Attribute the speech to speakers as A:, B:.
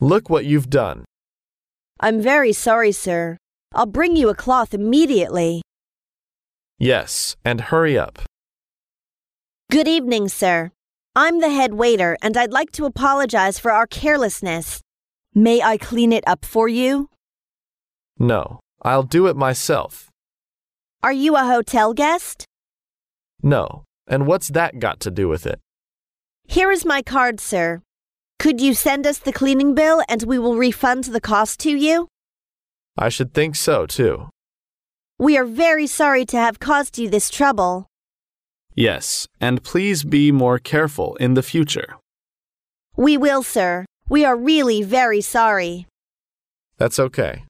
A: Look what you've done.
B: I'm very sorry, sir. I'll bring you a cloth immediately.
A: Yes, and hurry up.
B: Good evening, sir. I'm the head waiter, and I'd like to apologize for our carelessness. May I clean it up for you?
A: No, I'll do it myself.
B: Are you a hotel guest?
A: No, and what's that got to do with it?
B: Here is my card, sir. Could you send us the cleaning bill and we will refund the cost to you?
A: I should think so, too.
B: We are very sorry to have caused you this trouble.
A: Yes, and please be more careful in the future.
B: We will, sir. We are really very sorry.
A: That's okay.